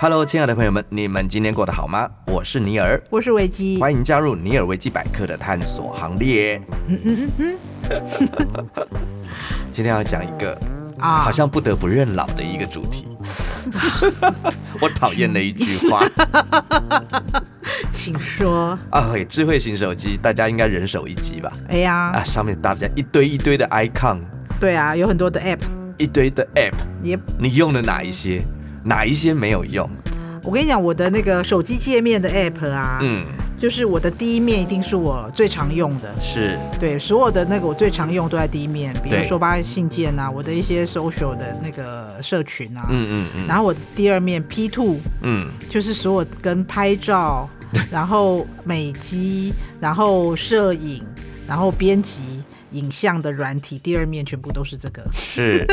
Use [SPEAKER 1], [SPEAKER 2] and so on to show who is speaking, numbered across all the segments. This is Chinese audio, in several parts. [SPEAKER 1] Hello，亲爱的朋友们，你们今天过得好吗？我是尼尔，
[SPEAKER 2] 我是维基。
[SPEAKER 1] 欢迎加入尼尔维基百科的探索行列。今天要讲一个
[SPEAKER 2] 啊
[SPEAKER 1] 好像不得不认老的一个主题。 我讨厌那一句话。
[SPEAKER 2] 请说。
[SPEAKER 1] 啊，嘿智慧型手机，大家应该人手一机吧？
[SPEAKER 2] 哎呀，
[SPEAKER 1] 啊，上面搭着一堆一堆的 icon，
[SPEAKER 2] 对啊，有很多的 app
[SPEAKER 1] 一堆的 app，
[SPEAKER 2] 也，
[SPEAKER 1] 你用了哪一些？哪一些没有用？
[SPEAKER 2] 我跟你讲，我的那个手机界面的 app 啊，
[SPEAKER 1] 嗯，
[SPEAKER 2] 就是我的第一面一定是我最常用的。
[SPEAKER 1] 是
[SPEAKER 2] 对，所有的那个我最常用都在第一面，比如
[SPEAKER 1] 对
[SPEAKER 2] 说吧信件啊，我的一些 social 的那个社群啊，
[SPEAKER 1] 嗯嗯
[SPEAKER 2] 然后我的第二面 P two
[SPEAKER 1] 嗯
[SPEAKER 2] 就是所有跟拍照，然后美肌，然后摄影，然后编辑影像的软体，第二面全部都是这个。
[SPEAKER 1] 是，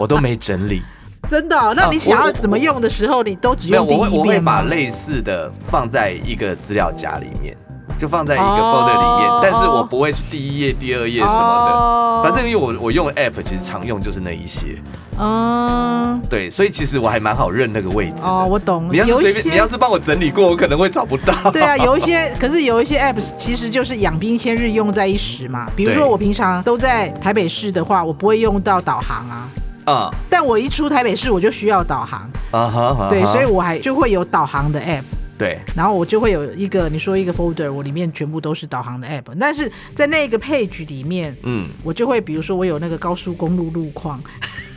[SPEAKER 1] 我都没整理，
[SPEAKER 2] 真的哦、那
[SPEAKER 1] 啊
[SPEAKER 2] 你想
[SPEAKER 1] 我
[SPEAKER 2] 要
[SPEAKER 1] 我
[SPEAKER 2] 怎么用的时候，你都只
[SPEAKER 1] 没有，
[SPEAKER 2] 用第
[SPEAKER 1] 我会
[SPEAKER 2] 一
[SPEAKER 1] 我会
[SPEAKER 2] 面吗
[SPEAKER 1] 把？类似的放在一个资料夹里面，就放在一个
[SPEAKER 2] 哦
[SPEAKER 1] folder 里面，但是我不会去第一页、第二页什么
[SPEAKER 2] 哦
[SPEAKER 1] 的。反正因为我我用的 app 其实常用就是那一些，
[SPEAKER 2] 嗯，
[SPEAKER 1] 对，所以其实我还蛮好认那个位置的。
[SPEAKER 2] 哦，我懂。
[SPEAKER 1] 你要是
[SPEAKER 2] 有
[SPEAKER 1] 随
[SPEAKER 2] 一
[SPEAKER 1] 便，
[SPEAKER 2] 些
[SPEAKER 1] 你要是帮我整理过，我可能会找不到。
[SPEAKER 2] 对啊，有一些，可是有一些 app 其实就是养兵千日，用在一时嘛。比如
[SPEAKER 1] 对
[SPEAKER 2] 说我平常都在台北市的话，我不会用到导航啊，
[SPEAKER 1] 啊
[SPEAKER 2] 但我一出台北市，我就需要导航，
[SPEAKER 1] 啊哈啊哈，
[SPEAKER 2] 对，所以我还就会有导航的 app。
[SPEAKER 1] 对
[SPEAKER 2] 然后我就会有一个你说一个 folder，我里面全部都是导航的 app，但是在那个 page 里面，
[SPEAKER 1] 嗯
[SPEAKER 2] 我就会比如说我有那个高速公路路况，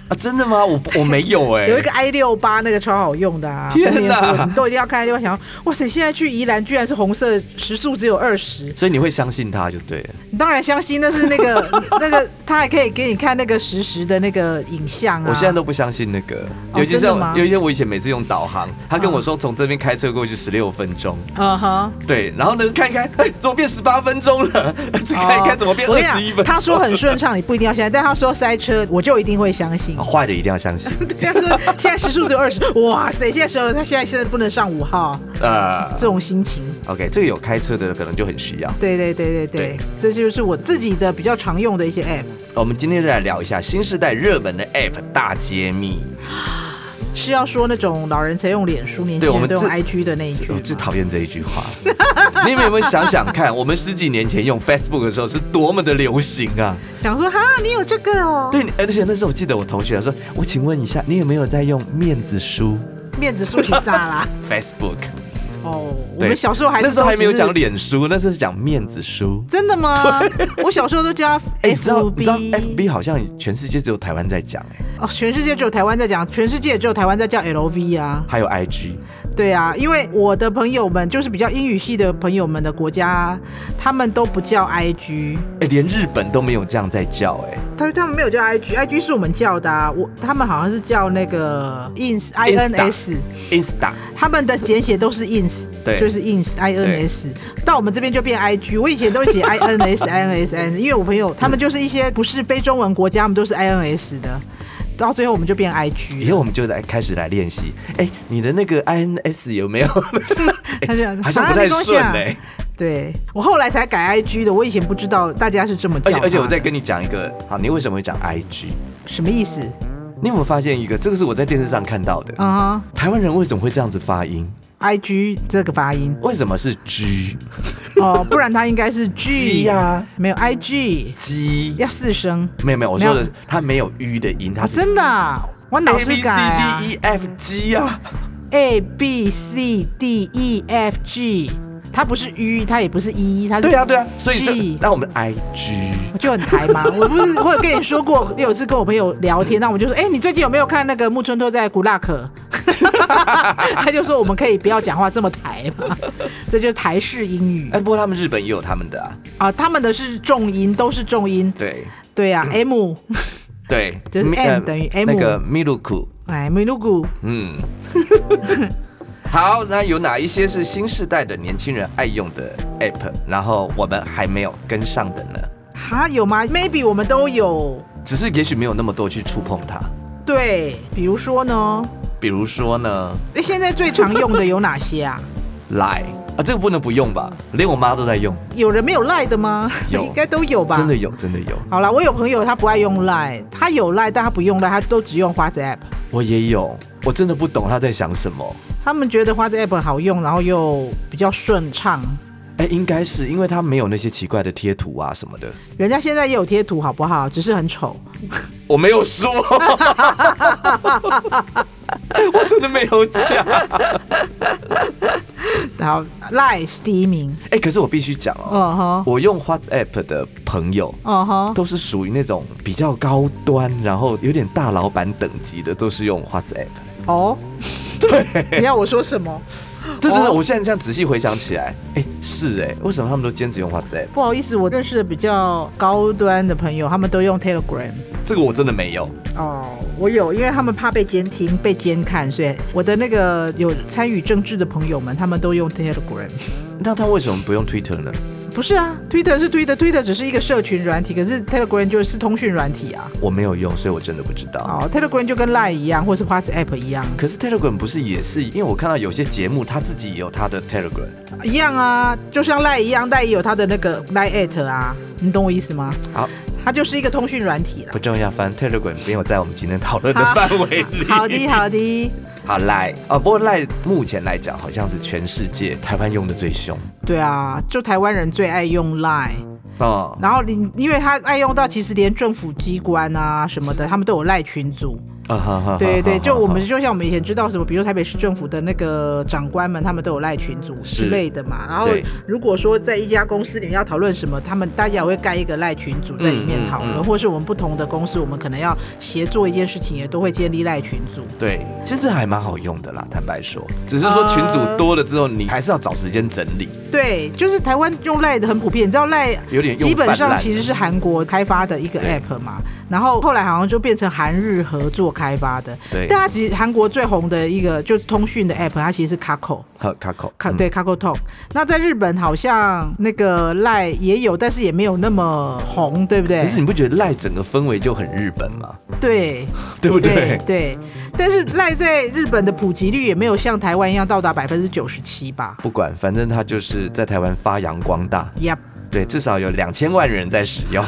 [SPEAKER 1] 啊，真的吗？我我没有哎、
[SPEAKER 2] 有一个 i 六八那个超好用的啊，
[SPEAKER 1] 天哪
[SPEAKER 2] 丰年湖你都一定要看 i 六八，想哇塞，现在去宜兰居然是红色，时速只有二十，
[SPEAKER 1] 所以你会相信他就对了。
[SPEAKER 2] 你当然相信那是那个 那个，他还可以给你看那个实时的那个影像啊。
[SPEAKER 1] 我现在都不相信那个，
[SPEAKER 2] 哦
[SPEAKER 1] 尤其
[SPEAKER 2] 真
[SPEAKER 1] 是
[SPEAKER 2] 的
[SPEAKER 1] 我
[SPEAKER 2] 吗
[SPEAKER 1] 尤其是我以前每次用导航，他跟我说从这边开车过去十六分钟，
[SPEAKER 2] 嗯哼，
[SPEAKER 1] 对，然后呢看一看，哎，怎么变十八分钟了？ 这看一看怎么变
[SPEAKER 2] 哦我
[SPEAKER 1] 二
[SPEAKER 2] 跟你讲
[SPEAKER 1] 十一分钟？
[SPEAKER 2] 他说很顺畅，你不一定要相信，但他说塞车，我就一定会相 信
[SPEAKER 1] 啊。坏的一定要 相信
[SPEAKER 2] 他说现在时速只有二十，哇塞！现在时候他现在现在不能上五号，
[SPEAKER 1] 啊。
[SPEAKER 2] 这种心情。
[SPEAKER 1] OK，这个有开车的可能就很需要。
[SPEAKER 2] 对对对对对，
[SPEAKER 1] 对
[SPEAKER 2] 这就是我自己的比较常用的一些 app，
[SPEAKER 1] 哦我们今天就来聊一下新时代热门的 App 大揭秘。
[SPEAKER 2] 是要说那种老人才用脸书，年轻
[SPEAKER 1] 我
[SPEAKER 2] 人
[SPEAKER 1] 们
[SPEAKER 2] 都用
[SPEAKER 1] 这
[SPEAKER 2] IG 的那一句
[SPEAKER 1] 我
[SPEAKER 2] 哎吗。
[SPEAKER 1] 哦最讨厌这一句话。 你们有没有想想看，我们十几年前用 Facebook 的时候是多么的流行啊？
[SPEAKER 2] 想说哈，你有这个哦，
[SPEAKER 1] 对，而且那时候我记得我同学说，我请问一下，你有没有在用面子书
[SPEAKER 2] 面子书起撒 啦。
[SPEAKER 1] Facebook？
[SPEAKER 2] 哦，我
[SPEAKER 1] 对
[SPEAKER 2] 们小时候还是
[SPEAKER 1] 那时候还没有
[SPEAKER 2] 都只是
[SPEAKER 1] 讲脸书，那时候是讲面子书。
[SPEAKER 2] 真的吗？我小时候都叫它
[SPEAKER 1] 哎、你知道你知道
[SPEAKER 2] FB，
[SPEAKER 1] FB 好像全世界只有台湾在讲哎、
[SPEAKER 2] 哦，全世界只有台湾在讲，全世界只有台湾在叫 LV 啊，
[SPEAKER 1] 还有 IG
[SPEAKER 2] 对啊，因为我的朋友们就是比较英语系的朋友们的国家，他们都不叫 IG，
[SPEAKER 1] 哎、连日本都没有这样在叫哎、
[SPEAKER 2] 他他们没有叫 IG，IG 是我们叫的啊，我他们好像是叫那个 ins ins，
[SPEAKER 1] Insta
[SPEAKER 2] 他们的简写都是 ins，
[SPEAKER 1] 对
[SPEAKER 2] 就是 ins ins，到我们这边就变 ig，我以前都 是写 ins ins ins，因为我朋友他们就是一些不是非中文国家，他们都是 ins 的，到最后我们就变 IG 了。
[SPEAKER 1] 以后我们就来开始来练习。哎、你的那个 INS 有 没有？
[SPEAKER 2] 他就
[SPEAKER 1] 好像不太顺哎、
[SPEAKER 2] 啊对我后来才改 IG 的，我以前不知道大家是这么叫
[SPEAKER 1] 而
[SPEAKER 2] 它
[SPEAKER 1] 且
[SPEAKER 2] 的。
[SPEAKER 1] 而且我再跟你讲一个，好，你为什么会讲 IG？
[SPEAKER 2] 什么意思？
[SPEAKER 1] 你有没有发现一个？这个是我在电视上看到的。
[SPEAKER 2] 嗯哼
[SPEAKER 1] 台湾人为什么会这样子发音？
[SPEAKER 2] ，IG 这个发音
[SPEAKER 1] 为什么是 G
[SPEAKER 2] 哦，不然它应该是
[SPEAKER 1] G
[SPEAKER 2] G
[SPEAKER 1] 呀
[SPEAKER 2] 没有 IG
[SPEAKER 1] G？
[SPEAKER 2] 要四声。
[SPEAKER 1] 没有没有，我
[SPEAKER 2] 没有
[SPEAKER 1] 说的它没有 U 的音，它
[SPEAKER 2] 啊，
[SPEAKER 1] 是
[SPEAKER 2] 真的啊、我
[SPEAKER 1] A
[SPEAKER 2] 脑
[SPEAKER 1] B
[SPEAKER 2] 是
[SPEAKER 1] C
[SPEAKER 2] 改啊
[SPEAKER 1] D E F G 啊。
[SPEAKER 2] ，A B C D E F G，它不是 U，它也不是 E，它是
[SPEAKER 1] 对啊对啊，所以就
[SPEAKER 2] G，
[SPEAKER 1] 那我们 I G
[SPEAKER 2] 我就很台嘛。 我不是我有跟你说过，有一次跟我朋友聊天，那我们就说，哎、你最近有没有看那个木村拓哉《古拉克》？ 他就说我们可以不要讲话这么台嘛，这就是台式英语
[SPEAKER 1] 哎，不过他们日本也有他们的啊。
[SPEAKER 2] 啊。他们的是重音，都是重音。
[SPEAKER 1] 对
[SPEAKER 2] 对啊，M，
[SPEAKER 1] 对，
[SPEAKER 2] 就是
[SPEAKER 1] Mi-
[SPEAKER 2] M
[SPEAKER 1] 呃
[SPEAKER 2] 等于 M
[SPEAKER 1] 那个 Miluku，
[SPEAKER 2] 哎，米露谷
[SPEAKER 1] 嗯。好，那有哪一些是新时代的年轻人爱用的 app，然后我们还没有跟上的呢？
[SPEAKER 2] 哈有吗？Maybe 我们都有。
[SPEAKER 1] 只是也许没有那么多去触碰它。
[SPEAKER 2] 对，比如说呢，
[SPEAKER 1] 比如说呢
[SPEAKER 2] 哎，现在最常用的有哪些啊？
[SPEAKER 1] ，Line 啊，这个不能不用吧？连我妈都在用，
[SPEAKER 2] 有人没有赖的吗？
[SPEAKER 1] 有
[SPEAKER 2] 应该都有吧。
[SPEAKER 1] 真的有，真的有，
[SPEAKER 2] 好啦，我有朋友他不爱用 Line，他有 Line，但他不用 Line，他都只用 WhatsApp。
[SPEAKER 1] 我也有。我真的不懂他在想什么。
[SPEAKER 2] 他们觉得花这 app 好用，然后又比较顺畅。
[SPEAKER 1] 哎，应该是因为他没有那些奇怪的贴图啊什么的。
[SPEAKER 2] 人家现在也有贴图，好不好？只是很丑。
[SPEAKER 1] 我没有说，我真的没有讲。
[SPEAKER 2] 然后 lie 是第一名，
[SPEAKER 1] 哎，可是我必须讲哦，
[SPEAKER 2] 嗯哼，
[SPEAKER 1] 我用 WhatsApp 的朋友
[SPEAKER 2] 嗯哼，
[SPEAKER 1] 都是属于那种比较高端，然后有点大老板等级的，都是用 WhatsApp。
[SPEAKER 2] 哦，对， 你要我说什么？
[SPEAKER 1] 对对对，
[SPEAKER 2] 哦
[SPEAKER 1] 我现在这样仔细回想起来，哎，是哎，为什么他们都坚持用 WhatsApp？
[SPEAKER 2] 不好意思，我认识的比较高端的朋友，他们都用 Telegram。
[SPEAKER 1] 这个我真的没有。
[SPEAKER 2] 哦，我有，因为他们怕被监听、被监看，所以我的那个有参与政治的朋友们，他们都用 Telegram。
[SPEAKER 1] 那他为什么不用 Twitter 呢？
[SPEAKER 2] 不是啊，Twitter 是 Twitter，Twitter 只是一个社群软体，可是 Telegram 就是通讯软体啊。
[SPEAKER 1] 我没有用，所以我真的不知道。
[SPEAKER 2] 哦，Telegram 就跟 Line 一样，或是 WhatsApp 一样，
[SPEAKER 1] 可是 Telegram 不是也是，因为我看到有些节目他自己也有他的 Telegram。
[SPEAKER 2] 一样啊，就像 Line 一样，Line 也有它的那个 Line at 啊，你懂我意思吗？
[SPEAKER 1] 好，
[SPEAKER 2] 它就是一个通讯软体啦
[SPEAKER 1] 不。重要，反正 Telegram 没有在我们今天讨论的范围里。
[SPEAKER 2] 好的，好的，
[SPEAKER 1] 好赖哦，不过赖目前来讲，好像是全世界台湾用的最凶
[SPEAKER 2] 对啊，就台湾人最爱用 Line。
[SPEAKER 1] 哦。
[SPEAKER 2] 然后你因为他爱用到，其实连政府机关啊什么的，他们都有赖群组。
[SPEAKER 1] 啊哈哈
[SPEAKER 2] 对对，
[SPEAKER 1] 哈哈
[SPEAKER 2] 就我
[SPEAKER 1] 哈
[SPEAKER 2] 们就像我们以前知道什么，比如台北市政府的那个长官们，他们都有赖群组
[SPEAKER 1] 是
[SPEAKER 2] 之类的嘛。然后
[SPEAKER 1] 对
[SPEAKER 2] 如果说在一家公司里面要讨论什么，他们大家也会盖一个赖群组在里面讨论，
[SPEAKER 1] 嗯嗯嗯
[SPEAKER 2] 或是我们不同的公司，我们可能要协作一件事情，也都会建立赖群组。
[SPEAKER 1] 对，其实还蛮好用的啦，坦白说，只是
[SPEAKER 2] 呃
[SPEAKER 1] 说群组多了之后，你还是要找时间整理，
[SPEAKER 2] 对，就是台湾用赖的很普遍，你知道赖
[SPEAKER 1] 有点用
[SPEAKER 2] 基本
[SPEAKER 1] 泛
[SPEAKER 2] 上
[SPEAKER 1] 滥
[SPEAKER 2] 其实是韩国开发的一个
[SPEAKER 1] 对
[SPEAKER 2] app 嘛，然后后来好像就变成韩日合作开发的。
[SPEAKER 1] 对
[SPEAKER 2] 但它其实韩国最红的一个就是通讯的 app，它其实是 Kakao。
[SPEAKER 1] 好卡口嗯
[SPEAKER 2] 卡对 k a k o Talk，那在日本好像那个赖也有，但是也没有那么红，对不对
[SPEAKER 1] 可？是你不觉得赖整个氛围就很日本吗？
[SPEAKER 2] 对
[SPEAKER 1] 对不
[SPEAKER 2] 对
[SPEAKER 1] 对？
[SPEAKER 2] 对，但是赖在日本的普及率也没有像台湾一样到达百分之九十七吧
[SPEAKER 1] 不管，反正它就是在台湾发扬光大，
[SPEAKER 2] ？Yep，
[SPEAKER 1] 对，至少有两千万人在使用，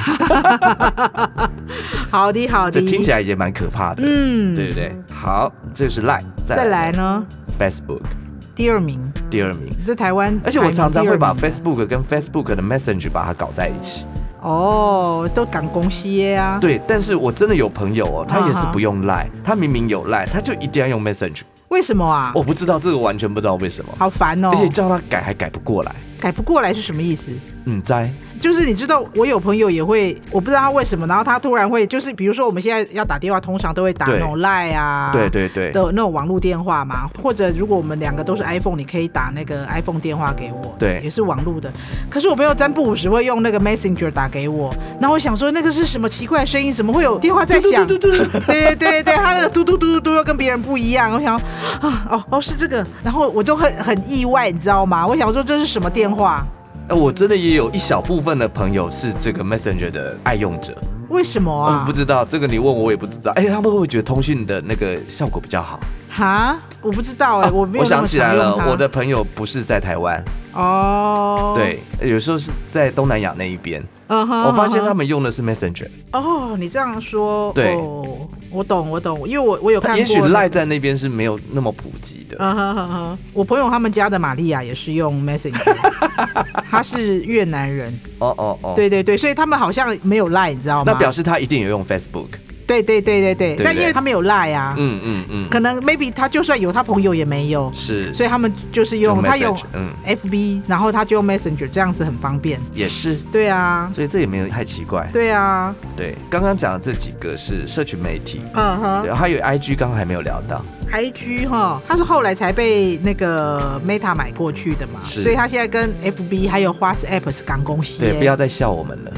[SPEAKER 2] 好的好的，
[SPEAKER 1] 这听起来也蛮可怕的，
[SPEAKER 2] 嗯，
[SPEAKER 1] 对不对？好，这是赖，
[SPEAKER 2] 再来呢，
[SPEAKER 1] Facebook
[SPEAKER 2] 第二名，
[SPEAKER 1] 第二名。
[SPEAKER 2] 在台湾排名第二名，
[SPEAKER 1] 而且我常常会把 Facebook 跟 Facebook 的 Message 把它搞在一起。
[SPEAKER 2] 哦，都赶公司耶啊，
[SPEAKER 1] 对，但是我真的有朋友哦，他也是
[SPEAKER 2] 啊哈
[SPEAKER 1] 不用 Line，他明明有 Line，他就一定要用 Message。
[SPEAKER 2] 为什么啊？
[SPEAKER 1] 我不知道这个，完全不知道为什么，
[SPEAKER 2] 好烦哦
[SPEAKER 1] 哦而，且叫他改还改不过来。
[SPEAKER 2] 改不过来是什么意思？
[SPEAKER 1] 嗯，在
[SPEAKER 2] 就是你知道，我有朋友也会，我不知道他为什么，然后他突然会，就是比如说我们现在要打电话，通常都会打那
[SPEAKER 1] 对
[SPEAKER 2] 种 Line 啊，
[SPEAKER 1] 对对对，
[SPEAKER 2] 的那种网络电话嘛，或者如果我们两个都是 iPhone，你可以打那个 iPhone 电话给我，
[SPEAKER 1] 对
[SPEAKER 2] 也是网络的。可是我朋友占卜五十会用那个 Messenger 打给我，然后我想说那个是什么奇怪的声音，怎么会有电话在响？对对对对对，他那个嘟嘟嘟嘟嘟又跟别人不一样，我想啊哦哦是这个，然后我就很很意外，你知道吗？我想说这是什么电话？
[SPEAKER 1] 哎我真的也有一小部分的朋友是这个 Messenger 的爱用者，
[SPEAKER 2] 为什么
[SPEAKER 1] 我哦
[SPEAKER 2] 啊？
[SPEAKER 1] 不知道这个你问我也不知道。哎，他们会不会觉得通讯的那个效果比较好？
[SPEAKER 2] 哈，我不知道哎、我没
[SPEAKER 1] 啊我
[SPEAKER 2] 有那
[SPEAKER 1] 想
[SPEAKER 2] 么
[SPEAKER 1] 起来
[SPEAKER 2] 常用它。
[SPEAKER 1] 了，我的朋友不是在台湾，
[SPEAKER 2] 哦，，
[SPEAKER 1] 对，有时候是在东南亚那一边，
[SPEAKER 2] 嗯哼，
[SPEAKER 1] 我发现
[SPEAKER 2] 嗯
[SPEAKER 1] 他
[SPEAKER 2] 哼
[SPEAKER 1] 们用的是 Messenger。
[SPEAKER 2] 哦，你这样说，
[SPEAKER 1] 对
[SPEAKER 2] 哦，我懂，我懂，因为我我有看
[SPEAKER 1] 他
[SPEAKER 2] 过，
[SPEAKER 1] 也许赖，在那边是没有那么普及的。
[SPEAKER 2] 嗯哼哼哼，我朋友他们家的玛利亚也是用 Messenger，他是越南人，
[SPEAKER 1] 哦哦哦，，
[SPEAKER 2] 对对对，所以他们好像没有赖，你知道吗？
[SPEAKER 1] 那表示他一定有用 Facebook。
[SPEAKER 2] 对对对对对，
[SPEAKER 1] 对
[SPEAKER 2] 但因为他们有赖啊，
[SPEAKER 1] 嗯嗯嗯，
[SPEAKER 2] 可能 maybe 他就算有，他朋友也没有，
[SPEAKER 1] 是，
[SPEAKER 2] 所以他们就是用
[SPEAKER 1] 用
[SPEAKER 2] 他用
[SPEAKER 1] Message，嗯
[SPEAKER 2] FB，然后他就用 Messenger，这样子很方便。
[SPEAKER 1] 也是，
[SPEAKER 2] 对啊，
[SPEAKER 1] 所以这也没有太奇怪。
[SPEAKER 2] 对啊，
[SPEAKER 1] 对，刚刚讲的这几个是社群媒体，
[SPEAKER 2] 嗯哼
[SPEAKER 1] 对，啊还有 IG，刚刚还没有聊到。
[SPEAKER 2] IG 哈，它是后来才被那个 Meta 买过去的嘛，
[SPEAKER 1] 是
[SPEAKER 2] 所以它现在跟 FB 还有 WhatsApp 是港公司耶。
[SPEAKER 1] 对，不要再笑我们了。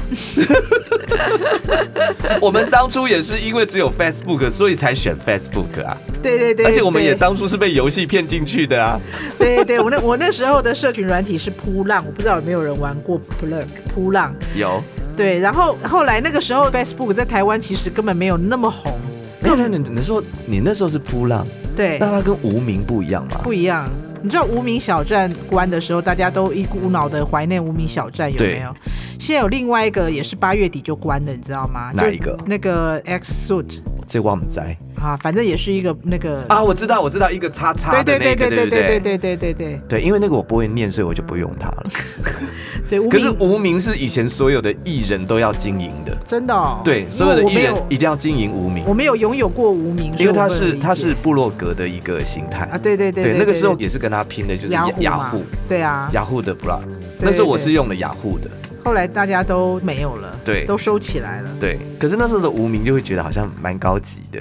[SPEAKER 1] 我们当初也是因为只有 Facebook，所以才选 Facebook 啊。
[SPEAKER 2] 对对对，
[SPEAKER 1] 而且我们也
[SPEAKER 2] 对
[SPEAKER 1] 当初是被游戏骗进去的啊。
[SPEAKER 2] 对对对，我那我那时候的社群软体是扑浪，我不知道有没有人玩过 Plug 扑浪。
[SPEAKER 1] 有，
[SPEAKER 2] 对，然后后来那个时候 Facebook 在台湾其实根本没有那么红，
[SPEAKER 1] 没有？你你说你那时候是扑浪，
[SPEAKER 2] 对，
[SPEAKER 1] 那它跟无名不一样吗？
[SPEAKER 2] 不一样。你知道无名小站关的时候，大家都一股脑的怀念无名小站有没有？现在有另外一个也是八月底就关的，你知道吗？
[SPEAKER 1] 哪
[SPEAKER 2] 就
[SPEAKER 1] 一个
[SPEAKER 2] 那个 X Suit
[SPEAKER 1] 这我们在
[SPEAKER 2] 啊，反正也是一个那个
[SPEAKER 1] 啊，我知道，我知道一个叉叉
[SPEAKER 2] 对
[SPEAKER 1] 的
[SPEAKER 2] 对
[SPEAKER 1] 那
[SPEAKER 2] 对
[SPEAKER 1] 个，
[SPEAKER 2] 对对
[SPEAKER 1] 不
[SPEAKER 2] 对对
[SPEAKER 1] 对
[SPEAKER 2] 对对对对
[SPEAKER 1] 对，因为那个我不会念，所以我就不用它了。
[SPEAKER 2] 对，无
[SPEAKER 1] 可是
[SPEAKER 2] 名
[SPEAKER 1] 无名是以前所有的艺人都要经营的，
[SPEAKER 2] 真的哦，
[SPEAKER 1] 对，
[SPEAKER 2] 因
[SPEAKER 1] 所有
[SPEAKER 2] 为
[SPEAKER 1] 的
[SPEAKER 2] 我
[SPEAKER 1] 艺
[SPEAKER 2] 没
[SPEAKER 1] 人
[SPEAKER 2] 有
[SPEAKER 1] 一定要经营无名，
[SPEAKER 2] 我没有拥有过无名，所以
[SPEAKER 1] 因为它
[SPEAKER 2] 我不能
[SPEAKER 1] 是
[SPEAKER 2] 理
[SPEAKER 1] 它是
[SPEAKER 2] 解
[SPEAKER 1] 部落格的一个形态
[SPEAKER 2] 啊，对对对
[SPEAKER 1] 对，那个时候
[SPEAKER 2] 对
[SPEAKER 1] 也是跟他拼的，就是雅
[SPEAKER 2] 雅虎
[SPEAKER 1] 雅
[SPEAKER 2] 嘛
[SPEAKER 1] 虎，
[SPEAKER 2] 对啊，
[SPEAKER 1] 雅虎的 blog，
[SPEAKER 2] 对
[SPEAKER 1] 那时候我是用了雅虎的，
[SPEAKER 2] 后来大家都没有了，
[SPEAKER 1] 对
[SPEAKER 2] 都收起来了。
[SPEAKER 1] 对。可是那时候的无名就会觉得好像蛮高级的，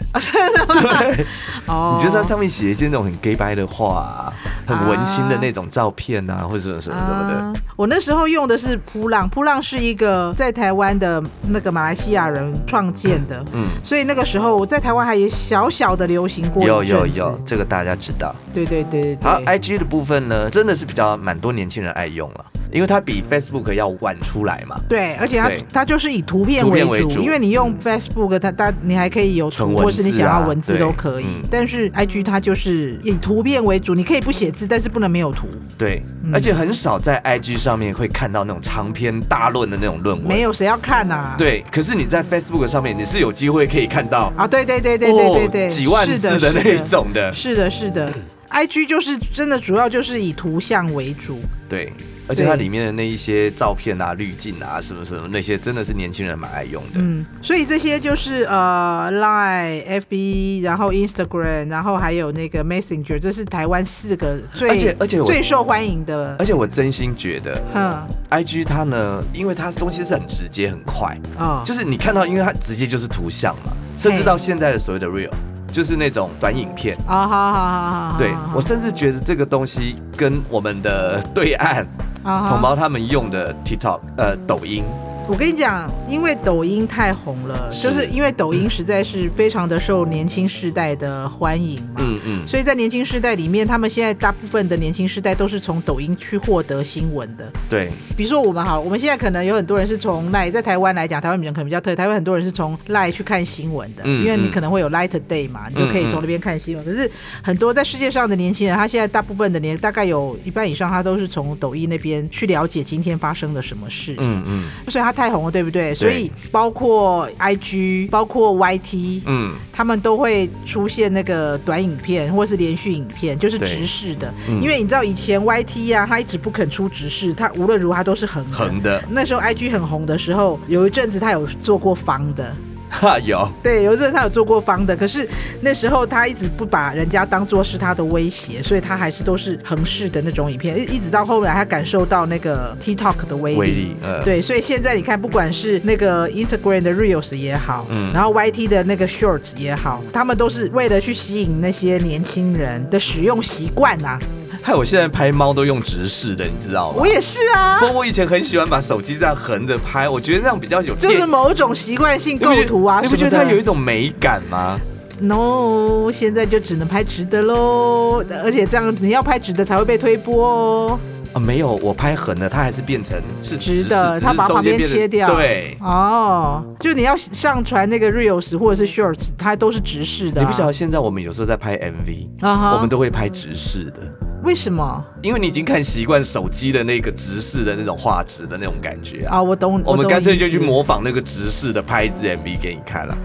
[SPEAKER 2] 哦，
[SPEAKER 1] 你就在上面写一些那种很 gay 白的话、啊，很文青的那种照片啊，或者什么什么什么的。
[SPEAKER 2] 啊我那时候用的是扑浪，扑浪是一个在台湾的那个马来西亚人创建的，
[SPEAKER 1] 嗯，
[SPEAKER 2] 所以那个时候我在台湾还也小小的流行过一
[SPEAKER 1] 有有
[SPEAKER 2] 阵子
[SPEAKER 1] 有，，这哎个大家知道。
[SPEAKER 2] 对对对对
[SPEAKER 1] 好
[SPEAKER 2] 对，
[SPEAKER 1] ，IG 的部分呢，真的是比较蛮多年轻人爱用了，因为它比 Facebook 要晚出来嘛。
[SPEAKER 2] 对，而且它
[SPEAKER 1] 对
[SPEAKER 2] 它就是以图片
[SPEAKER 1] 图
[SPEAKER 2] 为
[SPEAKER 1] 片
[SPEAKER 2] 主，
[SPEAKER 1] 为主嗯
[SPEAKER 2] 因为你用 Facebook，它它你还可以有
[SPEAKER 1] 纯
[SPEAKER 2] 图，
[SPEAKER 1] 文字啊
[SPEAKER 2] 或是你想要文字
[SPEAKER 1] 对
[SPEAKER 2] 都可以
[SPEAKER 1] 嗯，
[SPEAKER 2] 但是 IG 它就是以图片为主，你可以不写字，但是不能没有图，
[SPEAKER 1] 对，
[SPEAKER 2] 嗯
[SPEAKER 1] 而且很少在 IG 上面会看到那种长篇大论的那种论文。
[SPEAKER 2] 没有谁要看啊。
[SPEAKER 1] 对，可是你在 Facebook 上面，你是有机会可以看到
[SPEAKER 2] 啊，对对对对对对对，
[SPEAKER 1] 哦、几万
[SPEAKER 2] 是
[SPEAKER 1] 字
[SPEAKER 2] 的
[SPEAKER 1] 的那
[SPEAKER 2] 是的
[SPEAKER 1] 种的，
[SPEAKER 2] 是的，是 的，IG 就是真的主要就是以图像为主，
[SPEAKER 1] 对。而且它
[SPEAKER 2] 对
[SPEAKER 1] 里面的那一些照片啊、滤镜啊、什么什么那些，真的是年轻人蛮爱用的。
[SPEAKER 2] 嗯，所以这些就是呃 Line、FB，然后 Instagram，然后还有那个 Messenger，这是台湾四个最
[SPEAKER 1] 而且而且我
[SPEAKER 2] 最受欢迎的
[SPEAKER 1] 而，且我真心觉得
[SPEAKER 2] 嗯，
[SPEAKER 1] ，IG 它呢，因为它东西是很直接、很快，
[SPEAKER 2] 哦，
[SPEAKER 1] 就是你看到，因为它直接就是图像嘛，甚至到现在的所谓的 reels，就是那种短影片。
[SPEAKER 2] 啊，好好好好好，
[SPEAKER 1] 对我甚至觉得这个东西跟我们的 对岸
[SPEAKER 2] 哦
[SPEAKER 1] 同
[SPEAKER 2] 同
[SPEAKER 1] 胞他们用的 TikTok 呃抖音，
[SPEAKER 2] 我跟你讲，因为抖音太红了，
[SPEAKER 1] 是
[SPEAKER 2] 就是因为抖音实在是非常的受年轻世代的欢迎嘛。
[SPEAKER 1] 嗯嗯，
[SPEAKER 2] 所以在年轻世代里面，他们现在大部分的年轻世代都是从抖音去获得新闻的。
[SPEAKER 1] 对，
[SPEAKER 2] 比如说我们好，我们现在可能有很多人是从赖，在台湾来讲，台湾人可能比较特，台湾很多人是从赖去看新闻的，
[SPEAKER 1] 嗯
[SPEAKER 2] 因为你
[SPEAKER 1] 嗯
[SPEAKER 2] 可能会有 Light Day 嘛，你就可以从那边看新闻。可是很多在世界上的年轻人，他现在大部分的年，大概有一半以上，他都是从抖音那边去了解今天发生了什么事。
[SPEAKER 1] 嗯嗯
[SPEAKER 2] 所以他太红了，对不对？所以包括 IG，包括 YT，
[SPEAKER 1] 嗯，
[SPEAKER 2] 他们都会出现那个短影片或是连续影片，就是
[SPEAKER 1] 对
[SPEAKER 2] 直视的。
[SPEAKER 1] 嗯
[SPEAKER 2] 因为你知道以前 YT 啊，他一直不肯出直视，他无论如何他都是横的。
[SPEAKER 1] 横的
[SPEAKER 2] 那时候 IG 很红的时候，有一阵子他有做过方的，
[SPEAKER 1] 哈有，
[SPEAKER 2] 对， 有一阵子他有做过方的。可是那时候他一直不把人家当做是他的威胁，所以他还是都是横式的那种影片。一一直到后来，他感受到那个 TikTok 的威力。
[SPEAKER 1] 威力 呃
[SPEAKER 2] 对，所以现在你看，不管是那个 Instagram 的 Reels 也好，
[SPEAKER 1] 嗯
[SPEAKER 2] 然后 YT 的那个 Shorts 也好，他们都是为了去吸引那些年轻人的使用习惯啊。
[SPEAKER 1] 害我现在拍猫都用直视的，你知道吗
[SPEAKER 2] 我？也是啊
[SPEAKER 1] 不，过我以前很喜欢把手机这样横着拍，我觉得那样比较有
[SPEAKER 2] 就是
[SPEAKER 1] 电
[SPEAKER 2] 某种习惯性
[SPEAKER 1] 你不
[SPEAKER 2] 构
[SPEAKER 1] 觉得
[SPEAKER 2] 图啊
[SPEAKER 1] 你
[SPEAKER 2] 什
[SPEAKER 1] 不
[SPEAKER 2] 么
[SPEAKER 1] 觉
[SPEAKER 2] 的。
[SPEAKER 1] 得它有一种美感吗？
[SPEAKER 2] No，现在就只能拍直的喽，而且这样你要拍直的才会被推播哦。
[SPEAKER 1] 啊，没有，我拍横的，它还是变成是
[SPEAKER 2] 直
[SPEAKER 1] 视
[SPEAKER 2] 的，
[SPEAKER 1] 只
[SPEAKER 2] 它
[SPEAKER 1] 是
[SPEAKER 2] 把
[SPEAKER 1] 中
[SPEAKER 2] 旁
[SPEAKER 1] 间
[SPEAKER 2] 边
[SPEAKER 1] 变成
[SPEAKER 2] 切掉。
[SPEAKER 1] 对，
[SPEAKER 2] 哦，就你要上传那个 reels 或者是 shorts，它都是直视的、啊。
[SPEAKER 1] 你不晓得现在我们有时候在拍 MV，、
[SPEAKER 2] 啊哈
[SPEAKER 1] 我们都会拍直视的，
[SPEAKER 2] 为什么
[SPEAKER 1] 因为你已经看习惯手机的那个直视的那种画质的那种感觉啊。
[SPEAKER 2] 啊？我懂，
[SPEAKER 1] 我们
[SPEAKER 2] 懂
[SPEAKER 1] 干脆
[SPEAKER 2] 你
[SPEAKER 1] 就
[SPEAKER 2] 意思
[SPEAKER 1] 去模仿那个直视的拍一支 MV 给你看啊了。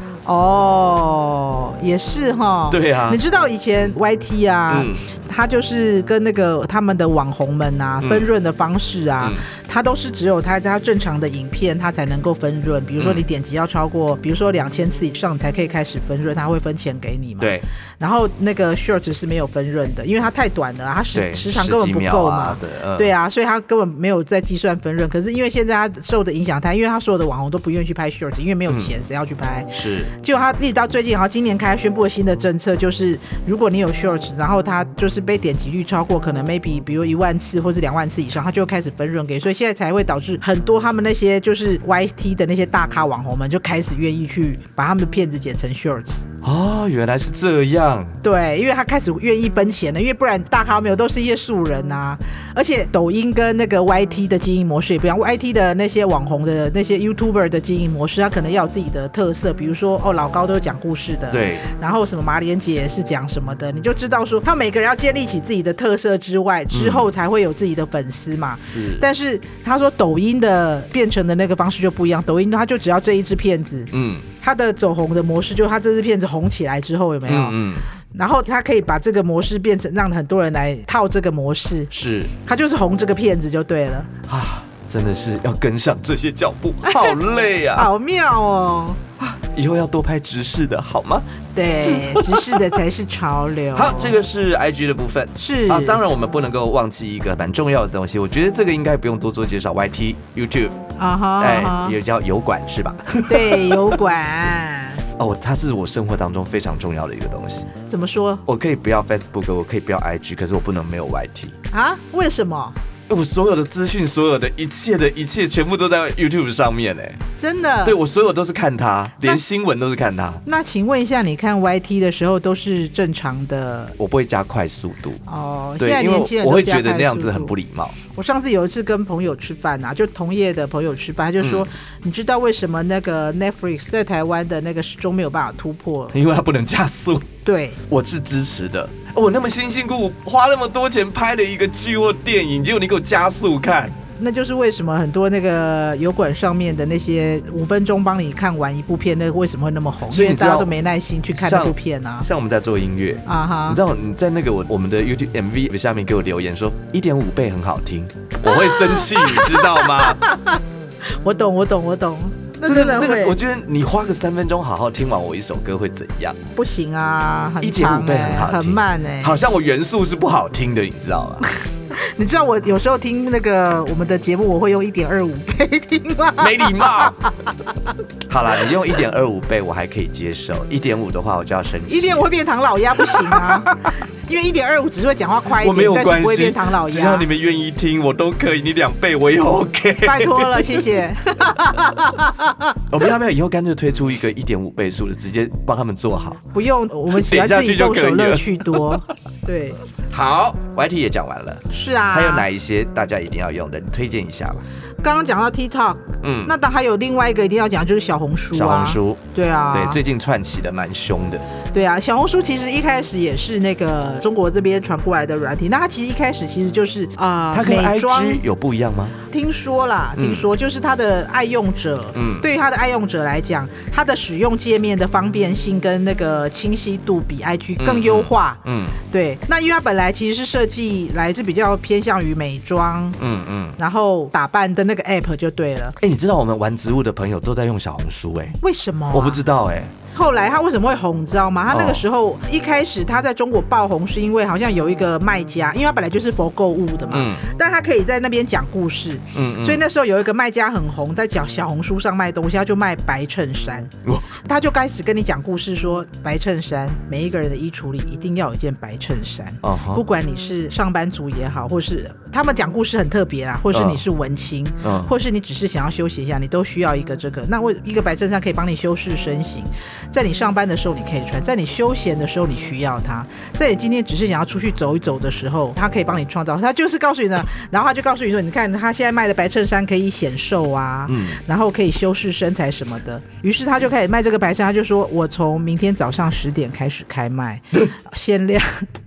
[SPEAKER 2] 哦，也是哈。
[SPEAKER 1] 对啊
[SPEAKER 2] 你知道以前 YT 啊，
[SPEAKER 1] 嗯
[SPEAKER 2] 它就是跟那个他们的网红们啊，
[SPEAKER 1] 嗯
[SPEAKER 2] 分润的方式啊，
[SPEAKER 1] 嗯
[SPEAKER 2] 它都是只有它它正常的影片它才能够分润。比如说
[SPEAKER 1] 嗯
[SPEAKER 2] 你点击要超过，比如说两千次以上你才可以开始分润，它会分钱给你嘛。。
[SPEAKER 1] 对，
[SPEAKER 2] 然后那个 short 是没有分润的，因为它太短了啊，它
[SPEAKER 1] 对，
[SPEAKER 2] 时时长
[SPEAKER 1] 十
[SPEAKER 2] 根本
[SPEAKER 1] 几
[SPEAKER 2] 不
[SPEAKER 1] 秒
[SPEAKER 2] 够嘛
[SPEAKER 1] 啊。的，嗯
[SPEAKER 2] 对啊，所以他根本没有在计算分润。可是因为现在他受的影响太，因为他所有的网红都不愿意去拍 short，因为没有钱，
[SPEAKER 1] 嗯
[SPEAKER 2] 谁要去拍？
[SPEAKER 1] 是，
[SPEAKER 2] 就他一直到最近，好像今年开宣布了新的政策，就是如果你有 shorts，然后他就是被点击率超过可能 maybe 比如一万次或是两万次以上，他就会开始分润给，所以现在才会导致很多他们那些就是 YT 的那些大咖网红们就开始愿意去把他们的片子剪成 shorts。
[SPEAKER 1] 哦，原来是这样。
[SPEAKER 2] 对，因为他开始愿意奔钱了，因为不然大咖没有都是一些素人啊。而且抖音跟那个 YT 的经营模式也不一样，YT 的那些网红的那些 YouTuber 的经营模式，他可能要有自己的特色，比如说哦，老高都是讲故事的，，
[SPEAKER 1] 对，
[SPEAKER 2] 然后什么马莲姐也是讲什么的，你就知道说他每个人要建立起自己的特色之外，之后才会有自己的粉丝嘛。
[SPEAKER 1] 是，
[SPEAKER 2] 但 是他说抖音的变成的那个方式就不一样，抖音它就只要这一支片子，
[SPEAKER 1] 嗯，
[SPEAKER 2] 它的走红的模式就是它这支片子红起来之后有没有？
[SPEAKER 1] 嗯嗯，
[SPEAKER 2] 然后他可以把这个模式变成让很多人来套这个模式，
[SPEAKER 1] 是
[SPEAKER 2] 他就是红这个骗子就对了，
[SPEAKER 1] 啊，真的是要跟上这些脚步，好累啊！
[SPEAKER 2] 好妙哦！
[SPEAKER 1] 以后要多拍直视的好吗？
[SPEAKER 2] 对，直视的才是潮流。
[SPEAKER 1] 好，这个是 I G 的部分。
[SPEAKER 2] 是
[SPEAKER 1] 啊，当然我们不能够忘记一个蛮重要的东西，我觉得这个应该不用多做介绍。Y T YouTube，
[SPEAKER 2] 啊哈，
[SPEAKER 1] 哎、
[SPEAKER 2] 啊哈
[SPEAKER 1] 也叫油管是吧？
[SPEAKER 2] 对油管
[SPEAKER 1] 哦，它是我生活当中非常重要的一个东西。
[SPEAKER 2] 怎么说
[SPEAKER 1] 我可以不要 Facebook，我可以不要 IG，可是我不能没有 YT。
[SPEAKER 2] 啊？为什么？
[SPEAKER 1] 哎我所有的资讯，所有的一切的一切，全部都在 YouTube 上面哎、
[SPEAKER 2] 真的？
[SPEAKER 1] 对我所有都是看它，连新闻都是看它。
[SPEAKER 2] 那请问一下，你看 YT 的时候都是正常的
[SPEAKER 1] 我不会加快速度，
[SPEAKER 2] 哦？现
[SPEAKER 1] 对，
[SPEAKER 2] 在
[SPEAKER 1] 因为
[SPEAKER 2] 年轻人
[SPEAKER 1] 我我
[SPEAKER 2] 都
[SPEAKER 1] 会
[SPEAKER 2] 加
[SPEAKER 1] 觉得
[SPEAKER 2] 快
[SPEAKER 1] 那样子
[SPEAKER 2] 速
[SPEAKER 1] 很
[SPEAKER 2] 度
[SPEAKER 1] 不礼貌。
[SPEAKER 2] 我上次有一次跟朋友吃饭啊，就同业的朋友吃饭，他就
[SPEAKER 1] 嗯
[SPEAKER 2] 说：“你知道为什么那个 Netflix 在台湾的那个始终没有办法突破？
[SPEAKER 1] 因为它不能加速，
[SPEAKER 2] 对，
[SPEAKER 1] 我是支持的。我那么辛辛苦苦花那么多钱拍了一个剧或电影，结果你给我加速看，
[SPEAKER 2] 那就是为什么很多那个油管上面的那些五分钟帮你看完一部片，那个为什么会那么红？
[SPEAKER 1] 所以
[SPEAKER 2] 因
[SPEAKER 1] 你
[SPEAKER 2] 为
[SPEAKER 1] 知道
[SPEAKER 2] 大家都没耐心去看那部片啊。
[SPEAKER 1] 像我们在做音乐。
[SPEAKER 2] 啊哈
[SPEAKER 1] 你知，道你在那个我我们的 YouTube MV 下面给我留言说一点五倍很好听，我会生气，你知道吗？
[SPEAKER 2] 我懂，我懂，我懂。那真的
[SPEAKER 1] 那
[SPEAKER 2] 会、
[SPEAKER 1] 个，我觉得你花个三分钟好好听完我一首歌会怎样？
[SPEAKER 2] 不行啊，很
[SPEAKER 1] 1.5
[SPEAKER 2] 长
[SPEAKER 1] 倍
[SPEAKER 2] 哎、
[SPEAKER 1] 很好听
[SPEAKER 2] 很慢哎、
[SPEAKER 1] 好像我元素是不好听的，你知道 吗？
[SPEAKER 2] 你知道我有时候听那个我们的节目，我会用一点二五倍听 吗？
[SPEAKER 1] 没礼貌。好啦，你用一点二五倍我还可以接受，一点五的话我就要生气。
[SPEAKER 2] 一点五会变唐老鸭不行啊， 因为一点二五只是会讲话快一
[SPEAKER 1] 我
[SPEAKER 2] 点，
[SPEAKER 1] 没有
[SPEAKER 2] 但是
[SPEAKER 1] 关
[SPEAKER 2] 不会
[SPEAKER 1] 系
[SPEAKER 2] 变唐老，
[SPEAKER 1] 只要
[SPEAKER 2] 鸭
[SPEAKER 1] 你。们愿意听，我都可以。你两倍我也 OK。
[SPEAKER 2] 拜托了，谢谢。
[SPEAKER 1] 我们要不要以后干脆推出一个一点五倍速的，直接帮他们做好？
[SPEAKER 2] 不用，我们喜
[SPEAKER 1] 点
[SPEAKER 2] 欢
[SPEAKER 1] 下
[SPEAKER 2] 自
[SPEAKER 1] 去
[SPEAKER 2] 己动
[SPEAKER 1] 就
[SPEAKER 2] 手
[SPEAKER 1] 可以了
[SPEAKER 2] 乐 趣多。对，
[SPEAKER 1] 好，YT 也讲完了，
[SPEAKER 2] 是啊。
[SPEAKER 1] 还有哪一些大家一定要用的？你推荐一下吧。
[SPEAKER 2] 刚刚讲到 TikTok，
[SPEAKER 1] 嗯，
[SPEAKER 2] 那当还有另外一个一定要讲，就是小红书、啊。
[SPEAKER 1] 小红。书，
[SPEAKER 2] 对啊，
[SPEAKER 1] 对，最近串起的蛮凶的。
[SPEAKER 2] 对啊，小红书其实一开始也是那个中国这边传过来的软体，那它其实一开始其实就是啊、
[SPEAKER 1] 它
[SPEAKER 2] 呃、
[SPEAKER 1] 跟
[SPEAKER 2] 美妆
[SPEAKER 1] IG 有不一样吗？
[SPEAKER 2] 听说啦，
[SPEAKER 1] 嗯
[SPEAKER 2] 听说就是它的爱用者，
[SPEAKER 1] 嗯
[SPEAKER 2] 对于它的爱用者来讲，它的使用界面的方便性跟那个清晰度比 IG 更优化。
[SPEAKER 1] 嗯
[SPEAKER 2] 对，那因为它本来其实是设计来自比较偏向于美妆，
[SPEAKER 1] 嗯嗯。
[SPEAKER 2] 然后打扮的那个 app 就对了。
[SPEAKER 1] 哎，你知道我们玩植物的朋友都在用小红书哎，
[SPEAKER 2] 为什么啊、
[SPEAKER 1] 我不知道哎。
[SPEAKER 2] 后来他为什么会红，你知道吗？他那
[SPEAKER 1] 哦
[SPEAKER 2] 个时候、一开始他在中国爆红，是因为好像有一个卖家，因为他本来就是佛购物的嘛，
[SPEAKER 1] 嗯
[SPEAKER 2] 但他可以在那边讲故事，
[SPEAKER 1] 嗯嗯
[SPEAKER 2] 所以那时候有一个卖家很红，在讲小红书上卖东西，他就卖白衬衫，
[SPEAKER 1] 哇
[SPEAKER 2] 他就开始跟你讲故事说，白衬衫每一个人的衣橱里一定要有一件白衬衫。
[SPEAKER 1] 哦
[SPEAKER 2] 不
[SPEAKER 1] 哈，
[SPEAKER 2] 管你是上班族也好，或是他们讲故事很特别啦，或是
[SPEAKER 1] 嗯
[SPEAKER 2] 你是文青，
[SPEAKER 1] 嗯
[SPEAKER 2] 或是你只是想要休息一下，你都需要一个这个。那为一个白衬衫可以帮你修饰身形，在你上班的时候你可以穿，在你休闲的时候你需要它，在你今天只是想要出去走一走的时候，它可以帮你创造。它就是告诉你呢，然后他就告诉你说，你看他现在卖的白衬衫可以显瘦啊，
[SPEAKER 1] 嗯
[SPEAKER 2] 然后可以修饰身材什么的。于是他就开始卖这个白衬，他就说我从明天早上十点开始 开卖，限量。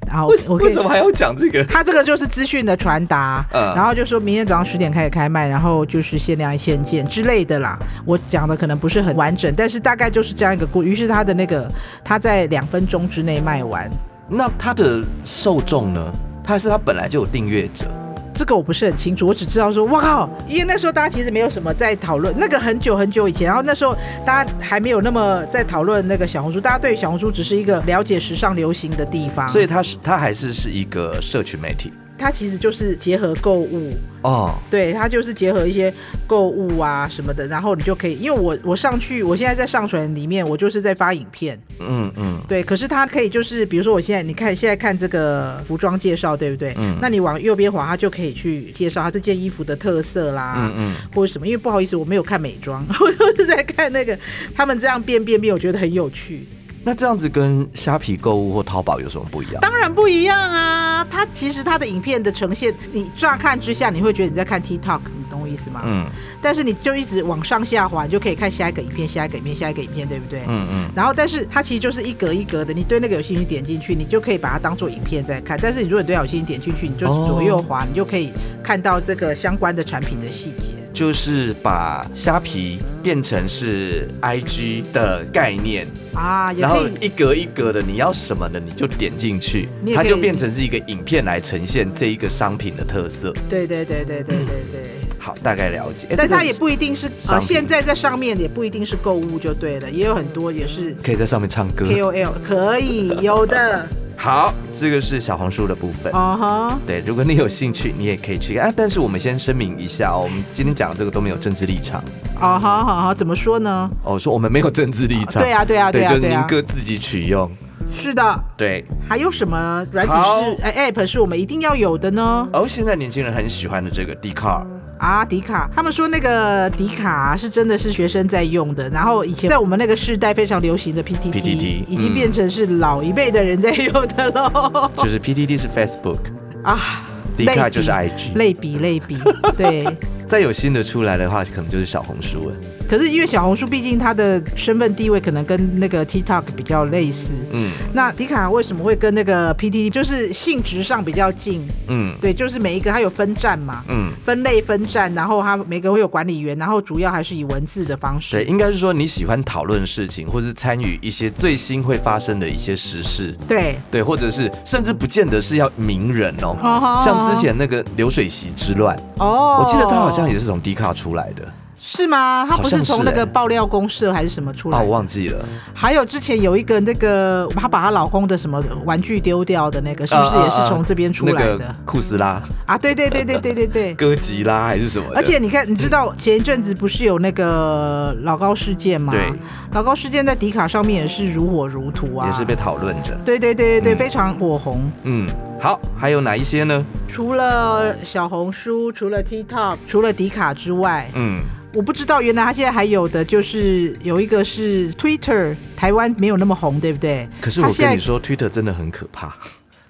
[SPEAKER 2] 然后我可
[SPEAKER 1] 为
[SPEAKER 2] 以
[SPEAKER 1] 什。么还要讲这个？
[SPEAKER 2] 他这个就是资讯的传达，
[SPEAKER 1] 嗯
[SPEAKER 2] 然后就说明天早上十点开始开卖，然后就是限量一千件之类的啦。我讲的可能不是很完整，但是大概就是这样一个故。于是他的那个他在两分钟之内卖完，
[SPEAKER 1] 那它的受众呢？它是它本来就有订阅者，
[SPEAKER 2] 这个我不是很清楚，我只知道说，哇靠！因为那时候大家其实没有什么在讨论那个很久很久以前，然后那时候大家还没有那么在讨论那个小红书，大家对于小红书只是一个了解时尚流行的地方，
[SPEAKER 1] 所以它是它还是是一个社群媒体
[SPEAKER 2] 它其实就是结合购物，
[SPEAKER 1] 哦。
[SPEAKER 2] 对，它就是结合一些购物啊什么的，然后你就可以，因为我我上去，我现在在上传里面，我就是在发影片，
[SPEAKER 1] 嗯嗯
[SPEAKER 2] 对，可是它可以就是，比如说我现在你看现在看这个服装介绍，对不对？
[SPEAKER 1] 嗯
[SPEAKER 2] 那你往右边滑，它就可以去介绍它这件衣服的特色啦，
[SPEAKER 1] 嗯嗯，
[SPEAKER 2] 或者什么，因为不好意思，我没有看美妆，我都是在看那个他们这样变变变，我觉得很有趣。
[SPEAKER 1] 那这样子跟虾皮购物或淘宝有什么不一样？
[SPEAKER 2] 当然不一样啊！它其实它的影片的呈现，你乍看之下你会觉得你在看 TikTok，你懂我意思吗？
[SPEAKER 1] 嗯
[SPEAKER 2] 但是你就一直往上下滑，你就可以看下一个影片、下一个影片、下一个影片，对不对？
[SPEAKER 1] 嗯嗯，
[SPEAKER 2] 然后，但是它其实就是一格一格的，你对那个有兴趣点进去，你就可以把它当做影片在看。但是你如果对它有兴趣点进去，你就
[SPEAKER 1] 哦
[SPEAKER 2] 左右滑，你就可以看到这个相关的产品的细节。
[SPEAKER 1] 就是把虾皮变成是 IG 的概念，
[SPEAKER 2] 啊，也
[SPEAKER 1] 然
[SPEAKER 2] 可
[SPEAKER 1] 后
[SPEAKER 2] 以，
[SPEAKER 1] 一格一格的，你要什么的你就点进去
[SPEAKER 2] 你，也
[SPEAKER 1] 它
[SPEAKER 2] 可以
[SPEAKER 1] 就变成是一个影片来呈现这一个商品的特色。
[SPEAKER 2] 对对对对对对对。
[SPEAKER 1] 好，大概了解。哎
[SPEAKER 2] 但
[SPEAKER 1] 这个
[SPEAKER 2] 它也不一定是
[SPEAKER 1] 商
[SPEAKER 2] 呃，
[SPEAKER 1] 品
[SPEAKER 2] 现在在上面也不一定是购物就对了，也有很多也是
[SPEAKER 1] 可以在上面唱歌。
[SPEAKER 2] KOL 可哦以有 的，
[SPEAKER 1] 好，这个是小红书的部分。
[SPEAKER 2] 哦哈，
[SPEAKER 1] 对，如果你有兴趣，你也可以去看啊。但是我们先声明一下哦，我们今天讲的这个都没有政治立场
[SPEAKER 2] 哦哈，好好，怎么说呢？
[SPEAKER 1] 哦，说我们没有政治立场。
[SPEAKER 2] 对啊，对啊，
[SPEAKER 1] 对
[SPEAKER 2] 对啊，
[SPEAKER 1] 就是
[SPEAKER 2] 对
[SPEAKER 1] 您
[SPEAKER 2] 啊，
[SPEAKER 1] 各自己取用。
[SPEAKER 2] 是的。
[SPEAKER 1] 对，
[SPEAKER 2] 还有什么软体
[SPEAKER 1] 好
[SPEAKER 2] 是哎 App 是我们一定要有的呢？
[SPEAKER 1] 哦，现在年轻人很喜欢的这个 d c a r
[SPEAKER 2] 啊，迪卡，他们说那个迪卡是真的是学生在用的，然后以前在我们那个世代非常流行的 PTT，,
[SPEAKER 1] PTT
[SPEAKER 2] 已经变成是老一辈的人在用的喽。
[SPEAKER 1] 就是 PTT 是 Facebook。
[SPEAKER 2] 啊，
[SPEAKER 1] 嗯迪
[SPEAKER 2] 类
[SPEAKER 1] 卡
[SPEAKER 2] 比
[SPEAKER 1] 就是 IG，
[SPEAKER 2] 类比类比， 对。
[SPEAKER 1] 再有新的出来的话，可能就是小红书了。
[SPEAKER 2] 可是因为小红书毕竟它的身份地位可能跟那个 TikTok 比较类似，
[SPEAKER 1] 嗯
[SPEAKER 2] 那迪卡为什么会跟那个 PTT 就是性质上比较近？
[SPEAKER 1] 嗯
[SPEAKER 2] 对，就是每一个它有分站嘛，
[SPEAKER 1] 嗯，
[SPEAKER 2] 分类分站，然后它每个会有管理员，然后主要还是以文字的方
[SPEAKER 1] 对，
[SPEAKER 2] 式。
[SPEAKER 1] 应该是说你喜欢讨论事情，或是参与一些最新会发生的一些时事。
[SPEAKER 2] 对
[SPEAKER 1] 对，或者是甚至不见得是要名人哦，
[SPEAKER 2] 哦
[SPEAKER 1] 像之前那个流水席之乱，
[SPEAKER 2] 哦，
[SPEAKER 1] 我记得他好像也是从 D 卡出来的
[SPEAKER 2] 是吗？他不
[SPEAKER 1] 好像
[SPEAKER 2] 是
[SPEAKER 1] 是
[SPEAKER 2] 从那
[SPEAKER 1] 欸
[SPEAKER 2] 个爆料公社还是什么出来
[SPEAKER 1] 啊，
[SPEAKER 2] 的？
[SPEAKER 1] 我忘记了，
[SPEAKER 2] 还有之前有一个那个，她把她老公的什么玩具丢掉的那个，是不是
[SPEAKER 1] 呃
[SPEAKER 2] 也是从这边出来
[SPEAKER 1] 那
[SPEAKER 2] 的
[SPEAKER 1] 个库斯拉、
[SPEAKER 2] 啊？对对对对对对 对。
[SPEAKER 1] 哥吉拉还是什么的？
[SPEAKER 2] 而且你看，你知道前一阵子不是有那个老高事件吗？
[SPEAKER 1] 对，
[SPEAKER 2] 老高事件在迪卡上面也是如火如荼啊，
[SPEAKER 1] 也是被讨论着。
[SPEAKER 2] 对对对对、
[SPEAKER 1] 嗯
[SPEAKER 2] 非常火红。
[SPEAKER 1] 嗯，好，还有哪一些呢？
[SPEAKER 2] 除了小红书，除了 TikTok，除了迪卡之外，
[SPEAKER 1] 嗯，
[SPEAKER 2] 我不知道原来他现在还有的就是有一个是 Twitter，台湾没有那么红，对不对？
[SPEAKER 1] 可是
[SPEAKER 2] 它
[SPEAKER 1] 我
[SPEAKER 2] 现
[SPEAKER 1] 跟
[SPEAKER 2] 在
[SPEAKER 1] 你说，Twitter 真的很可怕，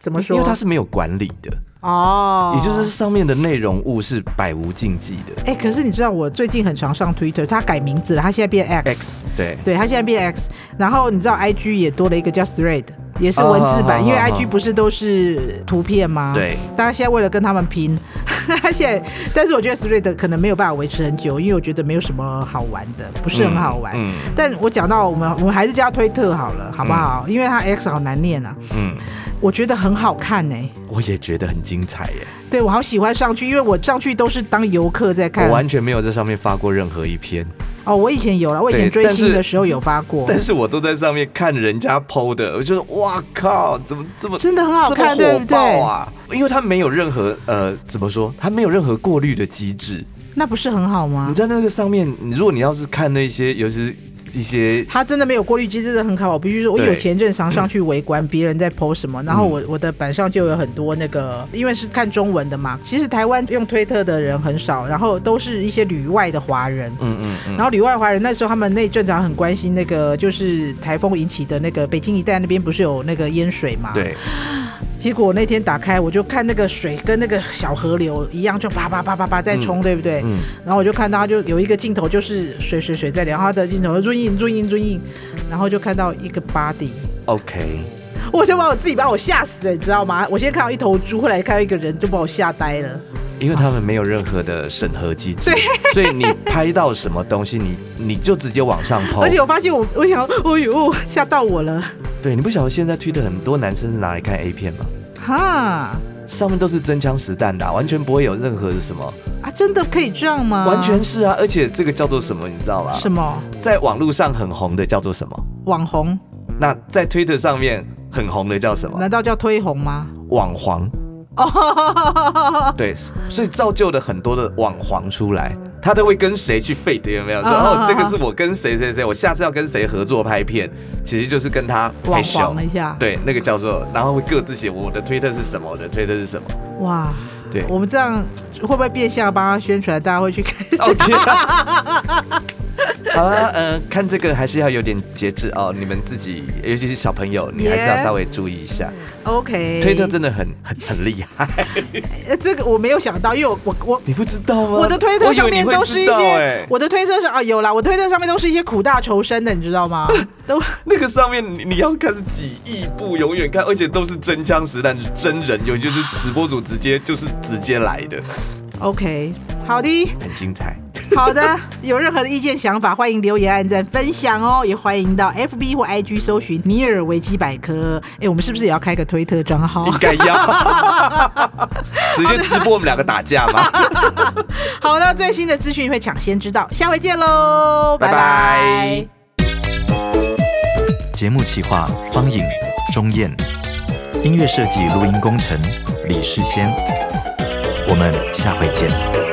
[SPEAKER 2] 怎么
[SPEAKER 1] 因
[SPEAKER 2] 说
[SPEAKER 1] 为？它是没有管理的，
[SPEAKER 2] 哦，
[SPEAKER 1] 也就是上面的内容物是百无禁忌的。
[SPEAKER 2] 哎、可是你知道我最近很常上 Twitter，它改名字了，它现在变 X，,
[SPEAKER 1] X 对，
[SPEAKER 2] 对，它现在
[SPEAKER 1] 哦
[SPEAKER 2] 变 X。然后你知道 IG 也多了一个叫 Thread，也是文字版，
[SPEAKER 1] 哦
[SPEAKER 2] 因为
[SPEAKER 1] 哦哦
[SPEAKER 2] IG 不是都是图片吗？。
[SPEAKER 1] 对，
[SPEAKER 2] 大家现在为了跟他们拼， 他现在，但是我觉得 Thread 可能没有办法维持很久，因为我觉得没有什么好玩的，不是很好玩。
[SPEAKER 1] 嗯
[SPEAKER 2] 但我讲到我们，我们还是叫它推特好了，好不好？因为它 X 好难念啊，
[SPEAKER 1] 嗯，
[SPEAKER 2] 我觉得很好看呢、
[SPEAKER 1] 我也觉得很精彩耶，
[SPEAKER 2] 对我好喜欢上去，因为我上去都是当游客在看
[SPEAKER 1] 我。完全没有在上面发过任何一篇。
[SPEAKER 2] 哦，我以前有了，我以
[SPEAKER 1] 对
[SPEAKER 2] 前追
[SPEAKER 1] 但是
[SPEAKER 2] 星的时候有发过。
[SPEAKER 1] 但是我都在上面看人家 PO 的，我就说哇靠，怎么这么
[SPEAKER 2] 真的很好看，
[SPEAKER 1] 这
[SPEAKER 2] 对
[SPEAKER 1] 么
[SPEAKER 2] 不
[SPEAKER 1] 火
[SPEAKER 2] 对？
[SPEAKER 1] 爆啊？因为它没有任何呃，怎么说？它没有任何过滤的机制。
[SPEAKER 2] 那不是很好吗
[SPEAKER 1] 你？在那个上面，你如果你要是看那些，尤其是一些
[SPEAKER 2] 他真的没有过滤机，真的很好。我必须说，我
[SPEAKER 1] 对嗯
[SPEAKER 2] 有前阵常上去围观别人在 PO 什么，然后我我的板上就有很多那个，因为是看中文的嘛。其实台湾用推特的人很少，然后都是一些旅外的华人。
[SPEAKER 1] 嗯嗯嗯，
[SPEAKER 2] 然后旅外华人那时候他们那阵子好像很关心那个，就是台风引起的那个北京一带那边不是有那个淹水嘛？。
[SPEAKER 1] 对，
[SPEAKER 2] 结果我那天打开，我就看那个水跟那个小河流一样，就啪啪啪啪啪在冲，对不对？
[SPEAKER 1] 嗯，
[SPEAKER 2] 然后我就看到他就有一个镜头，就是水水水在聊，然后他的镜头就 zoom in zoom in zoom in，然后就看到一个 body，
[SPEAKER 1] OK，
[SPEAKER 2] 我就把我自己把我吓死了，你知道吗？我先看到一头猪，后来看到一个人，就把我吓呆了。
[SPEAKER 1] 因为他们没有任何的审核机制，所以你拍到什么东西，你你就直接往 上
[SPEAKER 2] 而且
[SPEAKER 1] 抛。
[SPEAKER 2] 我发现我，我想，哦呦，吓到我了，
[SPEAKER 1] 对，你不晓得现在推的很多男生是拿来看 A 片吗？
[SPEAKER 2] 哈
[SPEAKER 1] 上面都是真枪实弹的啊、完全不会有任何的什么，
[SPEAKER 2] 啊，真的可以这样吗？
[SPEAKER 1] 完全是啊。而且这个叫做什么，你知道吗？
[SPEAKER 2] 什么
[SPEAKER 1] 在网络上很红的叫做什么？
[SPEAKER 2] 网红？
[SPEAKER 1] 那在推特上面很红的叫什么？
[SPEAKER 2] 难道叫推红吗？
[SPEAKER 1] 网黄。
[SPEAKER 2] 哦，
[SPEAKER 1] 对，所以造就了很多的网黄出来，他都会跟谁去 fit 有没
[SPEAKER 2] 啊
[SPEAKER 1] 有？说哦，这个是我跟谁谁谁，我下次要跟谁合作拍片，其实就是跟他拍
[SPEAKER 2] 网
[SPEAKER 1] 秀
[SPEAKER 2] 黄。一下，
[SPEAKER 1] 对，那个叫做，然后会各自写我的推特是什么，我的推特是什么。
[SPEAKER 2] 哇，
[SPEAKER 1] 对
[SPEAKER 2] 我们这样会不会变相帮他宣传？大家会去看？
[SPEAKER 1] ，OK， 好了，呃，看这个还是要有点节制哦。你们自己，尤其是小朋友，你还是要
[SPEAKER 2] Yeah
[SPEAKER 1] 稍微注意一下。
[SPEAKER 3] OK，
[SPEAKER 1] 推特真的很很很厉害，
[SPEAKER 2] 呃这个我没有想到，因为我我我
[SPEAKER 1] 你不知道吗？
[SPEAKER 2] 我的推特
[SPEAKER 1] 我以
[SPEAKER 2] 上
[SPEAKER 1] 为你
[SPEAKER 2] 面
[SPEAKER 1] 会
[SPEAKER 2] 都是一
[SPEAKER 1] 知道
[SPEAKER 2] 些
[SPEAKER 1] 哎，
[SPEAKER 2] 我的推特上啊有啦，我推特上面都是一些苦大仇深的，你知 道吗？都
[SPEAKER 1] 那个上面你你要看是几亿部，永远看，而且都是真枪实弹真人，有就是直播主直接就是直接来 的，
[SPEAKER 2] OK，好的，
[SPEAKER 1] 很精彩。
[SPEAKER 2] 好的，有任何的意见想法，欢迎留言、按赞、分享哦，也欢迎到 FB 或 IG 搜寻尼尔维基百科。哎，我们是不是也要开个推特账号？
[SPEAKER 1] 应该要直接直播我们两个打架吗？
[SPEAKER 2] 好的，最新的资讯会抢先知道，下回见喽，
[SPEAKER 1] 拜
[SPEAKER 2] 拜拜
[SPEAKER 1] 拜
[SPEAKER 4] 节目企划方颖、钟燕，音乐设计、录音工程李世先。我们下回见。